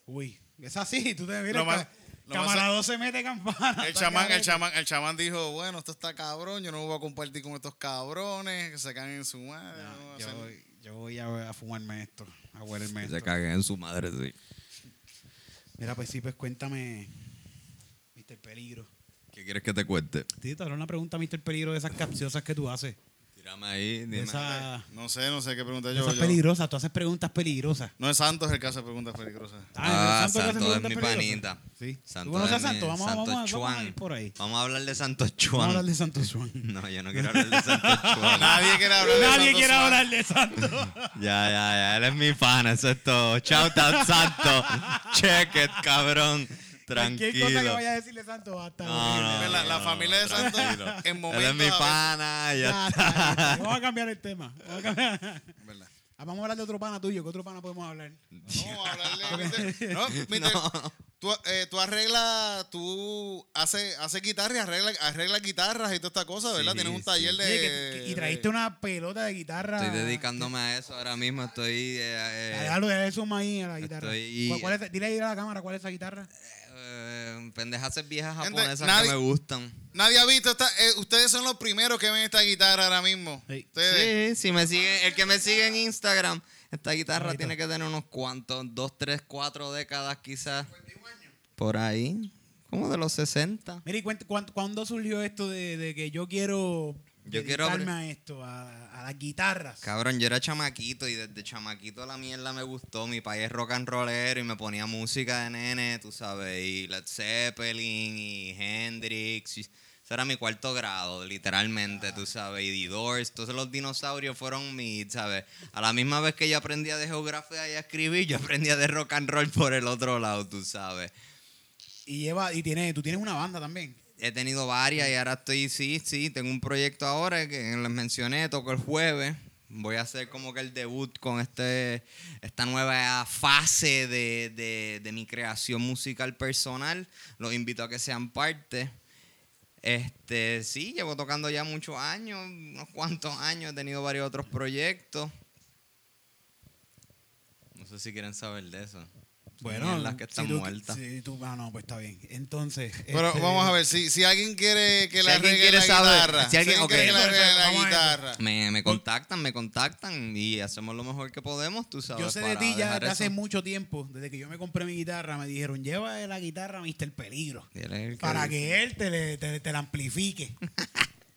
S2: Uy, es así, tú te miras.
S4: Lo más-
S2: ca-
S4: lo más-
S2: Camarado se mete campana.
S4: El
S2: Está
S4: chamán, el
S2: careta.
S4: chamán, el chamán dijo, bueno, esto está cabrón, yo no voy a compartir con estos cabrones, que se caen en su madre. no voy a
S2: Yo,
S4: hacer-
S2: voy- yo voy a, a fumarme esto, a huelerme esto.
S3: Se caguen en su madre, sí.
S2: Mira, pues sí, pues cuéntame, Mr. Peligro.
S3: ¿Qué quieres que te cuente?
S2: Sí, te haré una pregunta, Mr. Peligro, de esas capciosas que tú haces.
S3: Tírame ahí. dime.
S2: Esa,
S4: No sé, no sé qué pregunta yo.
S2: esas
S4: yo.
S2: peligrosas, tú haces preguntas peligrosas.
S4: No es Santos el que hace preguntas peligrosas.
S3: Ah,
S2: ¿no es que hace
S3: Santo es
S2: preguntas
S3: mi
S2: peligrosas?
S3: panita.
S2: Sí.
S3: Santo
S2: ¿Tú conoces a
S3: es mi-
S2: Santo? Vamos,
S3: Santo
S2: vamos, vamos,
S3: Chuan.
S2: a ir por ahí.
S3: Vamos a hablar de Santo
S2: Vamos a hablar
S3: Chuan.
S2: de Santo Juan.
S3: No, yo no quiero hablar de Santo Chuan.
S4: Nadie quiere hablar de
S2: Nadie
S4: Santos
S2: quiere
S4: Swan.
S2: hablar de Santo.
S3: Ya, ya, ya, él es mi fan, eso es todo. Shout out, Santo. Check it, cabrón.
S2: Cualquier cosa que
S3: Tranquilo.
S2: vaya a decirle Santo va a estar
S3: No,
S2: horrible.
S3: no,
S4: La- la
S3: no,
S4: familia de Santos,
S3: tranquilo.
S4: en
S3: Él
S4: momentos
S3: es mi
S4: a veces-
S3: pana, ya
S2: Ya
S3: está.
S2: está, Vamos a cambiar el tema. Vamos a, cambiar.
S4: ¿Verdad?
S2: Ah, vamos a hablar de otro pana tuyo. ¿Qué otro pana podemos hablar?
S4: No, hablarle. Mister. No, Mister, Tú, eh, tú arreglas, tú haces hace guitarra y arreglas arregla guitarras y toda esta cosa, ¿verdad?
S3: Sí,
S4: Tienes un
S3: sí.
S4: taller de.
S2: Oye, que- que- y trajiste una pelota de guitarra.
S3: Estoy dedicándome a eso ahora mismo, estoy... eh, eh,
S2: Déjalo de eso ahí a la guitarra.
S3: estoy-
S2: ¿Cuál- cuál es- dile ahí a la cámara cuál es esa guitarra.
S3: eh, pendejas viejas
S4: Gente,
S3: japonesas
S4: nadie-
S3: que me gustan.
S4: Nadie ha visto esta. eh, ustedes son los primeros que ven esta guitarra ahora mismo.
S2: Sí.
S4: Ustedes.
S3: Sí, si me siguen, el que me sigue en Instagram, esta guitarra tiene que tener unos cuantos, dos, tres, cuatro décadas quizás. Por ahí, como de los 60.
S2: Mira, ¿y cuánt- cuán- cuándo surgió esto de, de que yo quiero
S3: Yo quiero
S2: dedicarme
S3: abrir-
S2: a esto, a, a las guitarras?
S3: Cabrón, yo era chamaquito y desde chamaquito la mierda me gustó. Mi país es rock and rollero y me ponía música de nene, tú sabes, y Led Zeppelin y Hendrix. y- Ese era mi cuarto grado, literalmente, tú sabes, y The Doors. Entonces los dinosaurios fueron mi, ¿sabes? A la misma vez que yo aprendía de geografía y a escribir, yo aprendía de rock and roll por el otro lado, tú sabes.
S2: Y lleva, y tiene, tú tienes una banda también.
S3: He tenido varias y ahora estoy, sí, sí, tengo un proyecto ahora que les mencioné, toco el jueves. Voy a hacer como que el debut con este, esta nueva fase de, de- de mi creación musical personal. Los invito a que sean parte. Este, sí, llevo tocando ya muchos años, unos cuantos años, he tenido varios otros proyectos. No sé si quieren saber de eso.
S2: Bueno,
S3: las que están
S2: si tú-
S3: muertas.
S2: si tú- ah, no, pues está bien. Entonces.
S4: Pero
S2: este,
S4: vamos a ver, si, si alguien quiere que
S3: Si
S4: le
S3: alguien
S4: arregle
S3: quiere
S4: la
S3: saber,
S4: guitarra.
S3: si alguien-
S4: quiere
S3: ok.
S4: que le arregle la
S2: Vamos a eso.
S4: guitarra.
S3: Me, me contactan, me contactan y hacemos lo mejor que podemos, tú sabes.
S2: Yo sé de
S3: para
S2: ti ya
S3: dejar
S2: desde hace
S3: eso.
S2: mucho tiempo, desde que yo me compré mi guitarra, me dijeron, lleva la guitarra a Mr. Peligro,
S3: Y él es el que
S2: para
S3: dice.
S2: que él te, le- te- te la amplifique.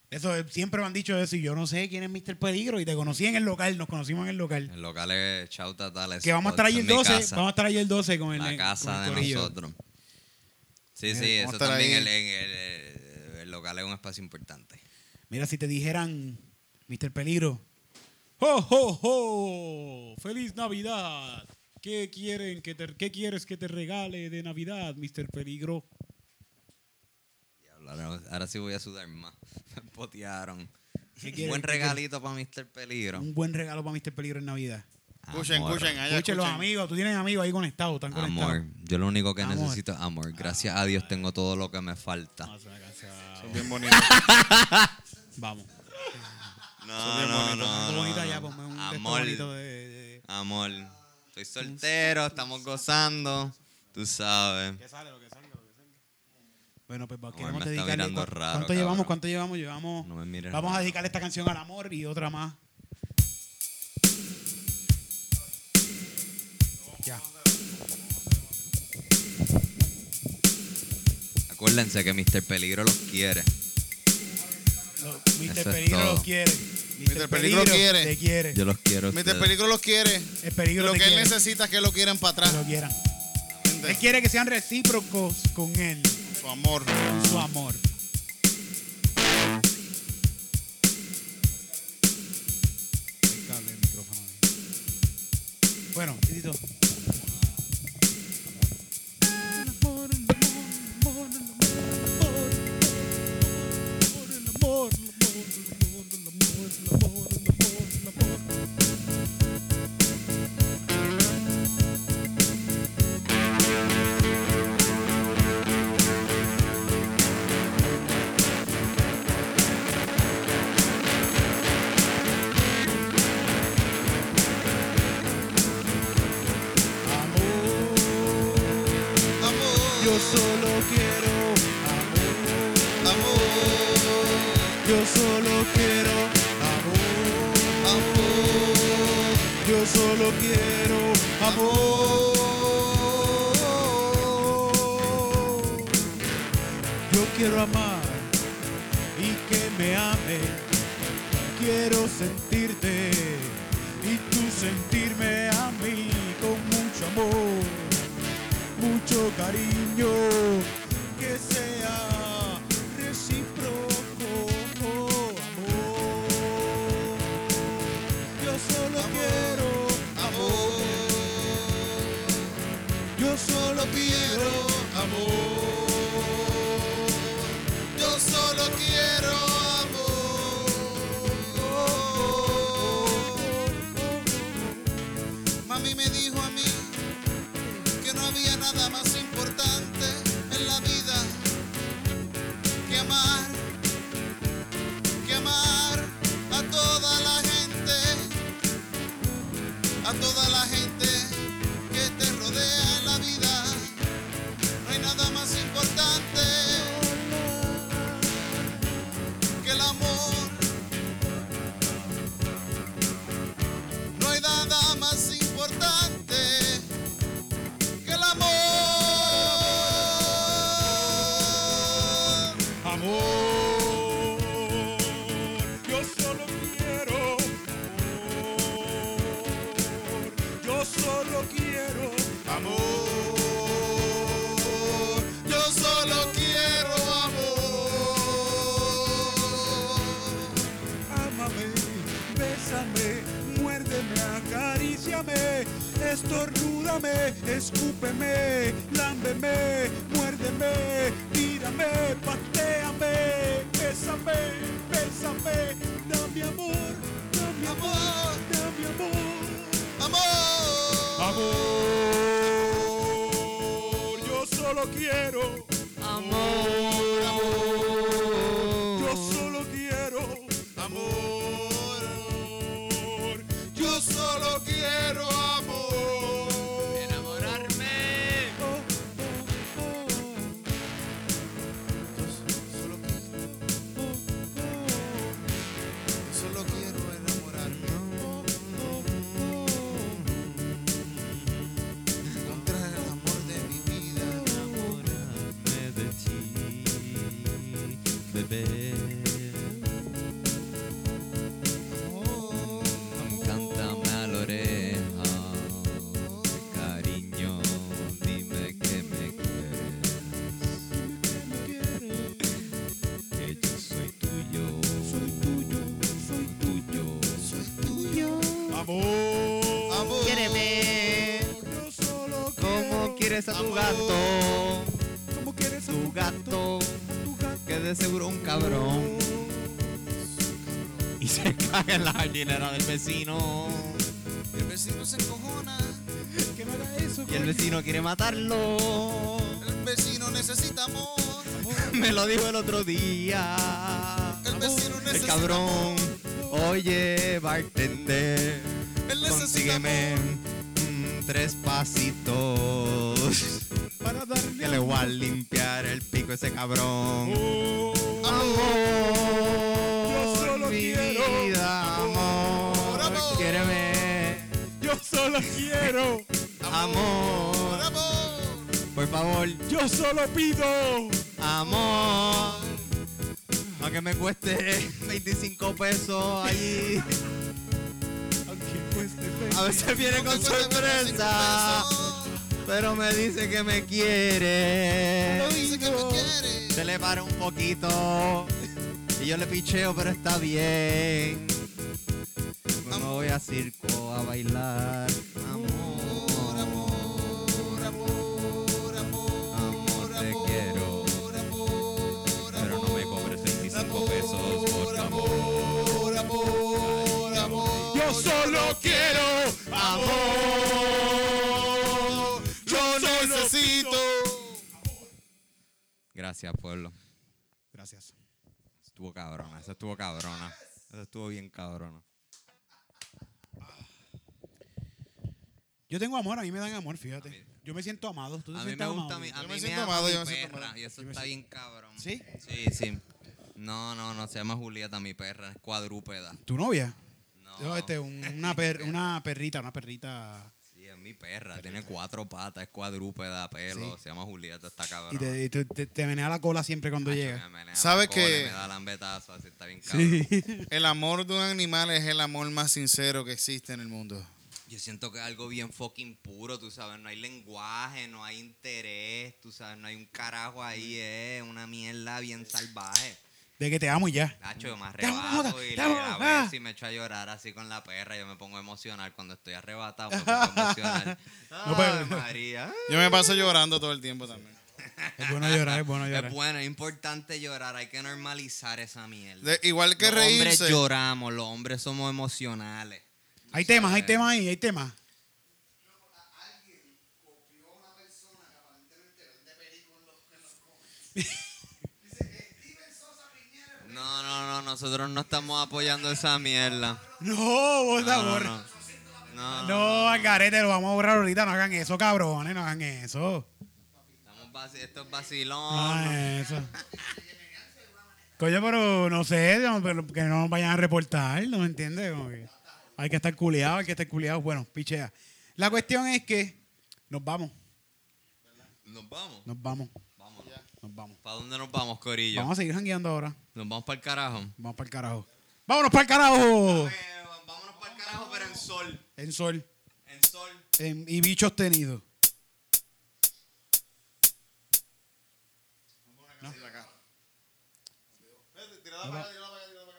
S2: eso eh, siempre me han dicho eso y yo no sé quién es Mr. Peligro y te conocí en el local, nos conocimos en el local.
S3: El local es Chauta Tales.
S2: Que vamos a estar ahí el 12, vamos a estar ahí el 12 con el
S3: la
S2: con
S3: casa
S2: el
S3: de
S2: corillo.
S3: nosotros. Sí,
S4: Mira,
S3: sí,
S4: vamos a
S3: eso
S4: estar
S3: también.
S4: ahí.
S3: El, el- eh, el- el local es un espacio importante.
S2: Mira, si te dijeran, Mr. Peligro, ¡ho, ho, ho! ¡Feliz Navidad! ¿Qué, quieren que te, ¿Qué quieres que te regale de Navidad, Mr. Peligro?
S3: Diablo, ahora, ahora sí voy a sudar más. Me potearon.
S2: ¿Qué
S3: Un
S2: quieres? ¿Qué
S3: buen
S2: quieres?
S3: regalito para Mr. Peligro.
S2: Un buen regalo para Mr. Peligro en Navidad.
S4: Escuchen,
S3: Amor.
S4: escuchen, allá.
S2: Escuchen los
S4: escuchen.
S2: amigos, tú tienes amigos ahí conectados, están conectados.
S3: Amor. Yo lo único que
S2: Amor.
S3: necesito es amor. Gracias a Dios tengo todo lo que me falta.
S2: No, se me cansa.
S4: Son bien bonitos.
S2: Vamos.
S3: No, no, no,
S2: Ponte
S3: no,
S2: bonita
S3: no.
S2: ya, ponme un texto
S3: Amor,
S2: bonito de, de-
S3: amor. Estoy soltero, estamos gozando. Tú sabes.
S2: Que sale, lo que salga, lo que salga. Bueno, pues
S3: Amor,
S2: queremos
S3: me está
S2: dedicarle.
S3: mirando
S2: ¿cuán-
S3: raro,
S2: ¿Cuánto
S3: cabrón.
S2: llevamos? ¿Cuánto llevamos? Llevamos.
S3: No me mires
S2: Vamos a
S3: raro.
S2: dedicarle esta canción al amor y otra más. Ya.
S3: Acuérdense que Mr. Peligro los quiere.
S2: Lo-
S3: Eso
S2: Mr.
S3: es
S2: Peligro
S3: todo.
S2: los quiere.
S4: Mr. Peligro quiere.
S2: Te quiere.
S3: Yo los quiero. a
S4: Mr.
S3: ustedes.
S4: Peligro los quiere.
S2: El peligro
S4: Lo
S2: te
S4: que él
S2: quiere.
S4: necesita es que lo quieran para
S2: Que
S4: atrás.
S2: lo quieran.
S4: gente.
S2: Él quiere que sean recíprocos con él,
S4: Su amor.
S2: con su amor. Hay cable en el micrófono ahí. Bueno, Titito.
S4: Amor,
S1: Yo solo quiero,
S4: amor,
S1: yo solo quiero amor.
S4: amor,
S1: Yo solo quiero amor. Yo quiero amar y que me ame.
S2: quiero sentirte y tú sentirme a mí con mucho amor, mucho cariño, que sea recíproco amor. Yo solo quiero amor, yo solo quiero amor.
S4: Yo solo quiero amor. Mami me dijo a mí que no había nada más importante en la vida que amar, que amar a toda la gente, a toda la gente que te rodea en la vida. No hay nada más importante que el amor. No hay nada más importante que el amor.
S2: Amor, yo solo quiero amor, yo solo quiero amor,
S4: Yo solo quiero amor.
S2: amame, bésame, muérdeme, acaríciame, estornúdame, escúpeme, lámbeme, muérdeme, tírame, pateame, bésame, bésame, dame amor, dame amor, dame amor.
S4: Amor.
S2: Amor, yo solo quiero amor, amor. Yo solo quiero amor.
S4: Yo solo quiero amor.
S5: Enamorarme.
S2: Oh, oh, oh.
S4: Solo,
S2: Oh, oh,
S4: solo quiero enamorarme.
S2: oh, oh.
S4: Encontrar el amor de mi vida.
S3: Enamorarme de ti, bebé. Cántame a la oreja, cariño, dime que me quieres.
S2: Me quieres,
S3: Que yo soy tuyo,
S2: soy tuyo, soy
S3: tuyo.
S2: tuyo. Amor,
S4: Amor.
S5: Quiéreme.
S2: yo solo quiero.
S3: ¿Cómo quieres a tu
S4: Amor.
S3: gato?
S2: ¿Cómo quieres a
S3: Tu gato, que de seguro un cabrón. Y se caga en la jardinera del vecino.
S4: El vecino se encojona.
S2: Que no haga eso.
S3: Y el
S2: coño.
S3: vecino quiere matarlo.
S4: El vecino necesita amor.
S3: Me lo dijo el otro día.
S4: El vecino necesita
S3: El cabrón. Oye, bartender.
S4: Él necesita
S3: Consígueme mm, tres pasitos.
S2: Para darle
S3: Que le voy a limpiar el pico a ese cabrón.
S2: Oh, Yo solo
S3: Amor, mi
S2: quiero
S3: vida, amor.
S4: amor.
S3: Quiéreme.
S2: Yo solo quiero,
S3: Amor,
S4: amor.
S3: por favor,
S2: yo solo pido.
S3: amor. Aunque me cueste 25 pesos allí.
S2: Aunque cueste
S3: A veces viene con sorpresa. Pero me dice que me quiere.
S4: Dice que me
S3: Se
S4: quiere.
S3: le para un poquito. Y yo le picheo, pero está bien. No me voy a circo a bailar. Amor, amor, amor, amor, te quiero. Pero no me cobres 25 pesos, por favor.
S4: Amor, amor.
S2: Yo solo quiero amor.
S4: Yo
S2: solo
S4: necesito.
S3: Gracias, pueblo.
S6: Gracias.
S3: Estuvo cabrona, eso estuvo cabrona. Eso estuvo bien cabrona.
S6: Yo tengo amor, a mí me dan amor, fíjate. Yo me siento amado. ¿Tú te
S3: A mí me
S6: sientes
S3: gusta, a
S6: amado?
S3: mí, a
S4: Yo
S3: mí
S4: me
S3: me,
S4: siento
S3: ama
S4: amado,
S3: mi
S4: yo me siento
S3: perra,
S4: amado.
S3: y eso está bien cabrón.
S6: ¿Sí?
S3: Sí, sí. No, no, no, se llama Julieta mi perra, es cuadrúpeda.
S6: ¿Tu novia?
S3: No.
S4: este,
S6: Yo, este, un- una, per- una perrita, una perrita.
S3: Sí, es mi perra, tiene cuatro patas, es cuadrúpeda, pelo, se llama Julieta, está cabrón.
S2: Y te, y te- te- te menea la cola siempre cuando
S3: Ay,
S2: llega.
S3: me menea la
S4: ¿Sabes
S3: cola y
S4: que-
S3: Me da lambetazo, así está bien cabrón.
S2: Sí.
S4: El amor de un animal es el amor más sincero que existe en el mundo.
S3: Yo siento que es algo bien fucking puro, tú sabes, no hay lenguaje, no hay interés, tú sabes, no hay un carajo ahí, es una mierda bien salvaje.
S2: De que te amo y ya.
S3: Hacho, yo me
S2: Te amo,
S3: arrebato
S2: joda,
S3: y
S2: te
S3: le
S2: amo,
S3: grabo
S2: ah.
S3: eso y me echo a llorar así con la perra, yo me pongo emocional, cuando estoy arrebatado me pongo emocional. Ay,
S2: No, pero-
S3: María.
S4: Yo me paso llorando todo el tiempo también.
S2: Es bueno llorar, es bueno llorar.
S3: Es bueno, es importante llorar, hay que normalizar esa mierda.
S4: De- igual que
S3: los hombres
S4: reírse.
S3: lloramos, los hombres somos emocionales. Eh,
S2: Hay temas, hay temas ahí, hay temas.
S3: No, no, no, nosotros no estamos apoyando esa mierda.
S2: No, vos
S3: No, no,
S2: sabor.
S3: no. No,
S2: No, al garete, lo vamos a borrar ahorita. No hagan eso, cabrones, no hagan eso.
S3: estamos vaci- esto
S2: No
S3: es
S2: hagan
S3: vacilón.
S2: Ah, eso. Coño, pero no sé, no, pero que no nos vayan a reportar, ¿no me entiendes? Como que hay que estar culiados, hay que estar culiados. Bueno, pichea. La cuestión es que nos vamos,
S3: Nos vamos.
S2: nos vamos,
S3: Vamos.
S2: nos vamos.
S3: ¿Para dónde nos vamos, Corillo?
S2: Vamos a seguir jangueando ahora.
S3: Nos vamos para el carajo.
S2: Vamos para el carajo. ¡Vámonos para el carajo!
S3: vámonos para el carajo, pero en sol.
S2: En sol
S3: En sol.
S2: en- y bichos tenidos.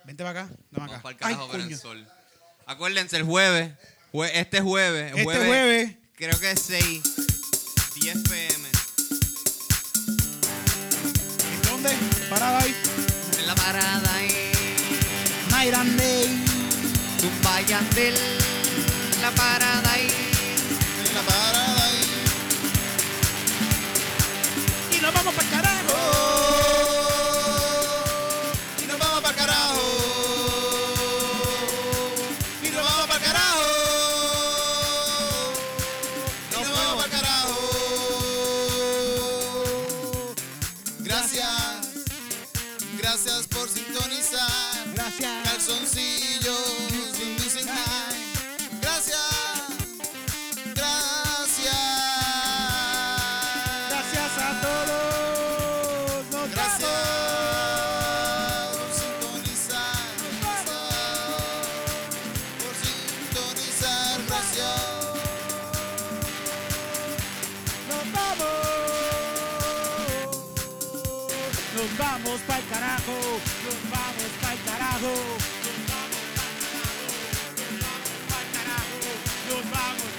S2: Vente para acá, dame acá.
S3: Vamos para el
S2: Ay,
S3: carajo, pero
S2: coño.
S3: en sol. Acuérdense, el jueves. jue- este jueves.
S2: Este jueves
S3: Creo que es 6. 10 pm.
S2: ¿En dónde? Paradise.
S3: En la parada y...
S2: Night and Day.
S3: Tumba Yandel, la parada ahí.
S4: En la parada ahí.
S2: Y nos vamos para carajo.
S4: Y nos vamos para carajo. Y nos vamos para carajo. Y nos vamos para carajo. Gracias. Gracias por sintonizar.
S2: Gracias.
S4: Calzoncillos in music night. Gracias. Gracias.
S2: Gracias a todos. Nos
S4: Gracias
S2: vamos.
S4: por sintonizar, gracias por sintonizar, gracias.
S2: Nos vamos. Nos vamos para el carajo. Nos vamos para el carajo. Nos vamos para el carajo. Nos vamos para el carajo. Nos vamos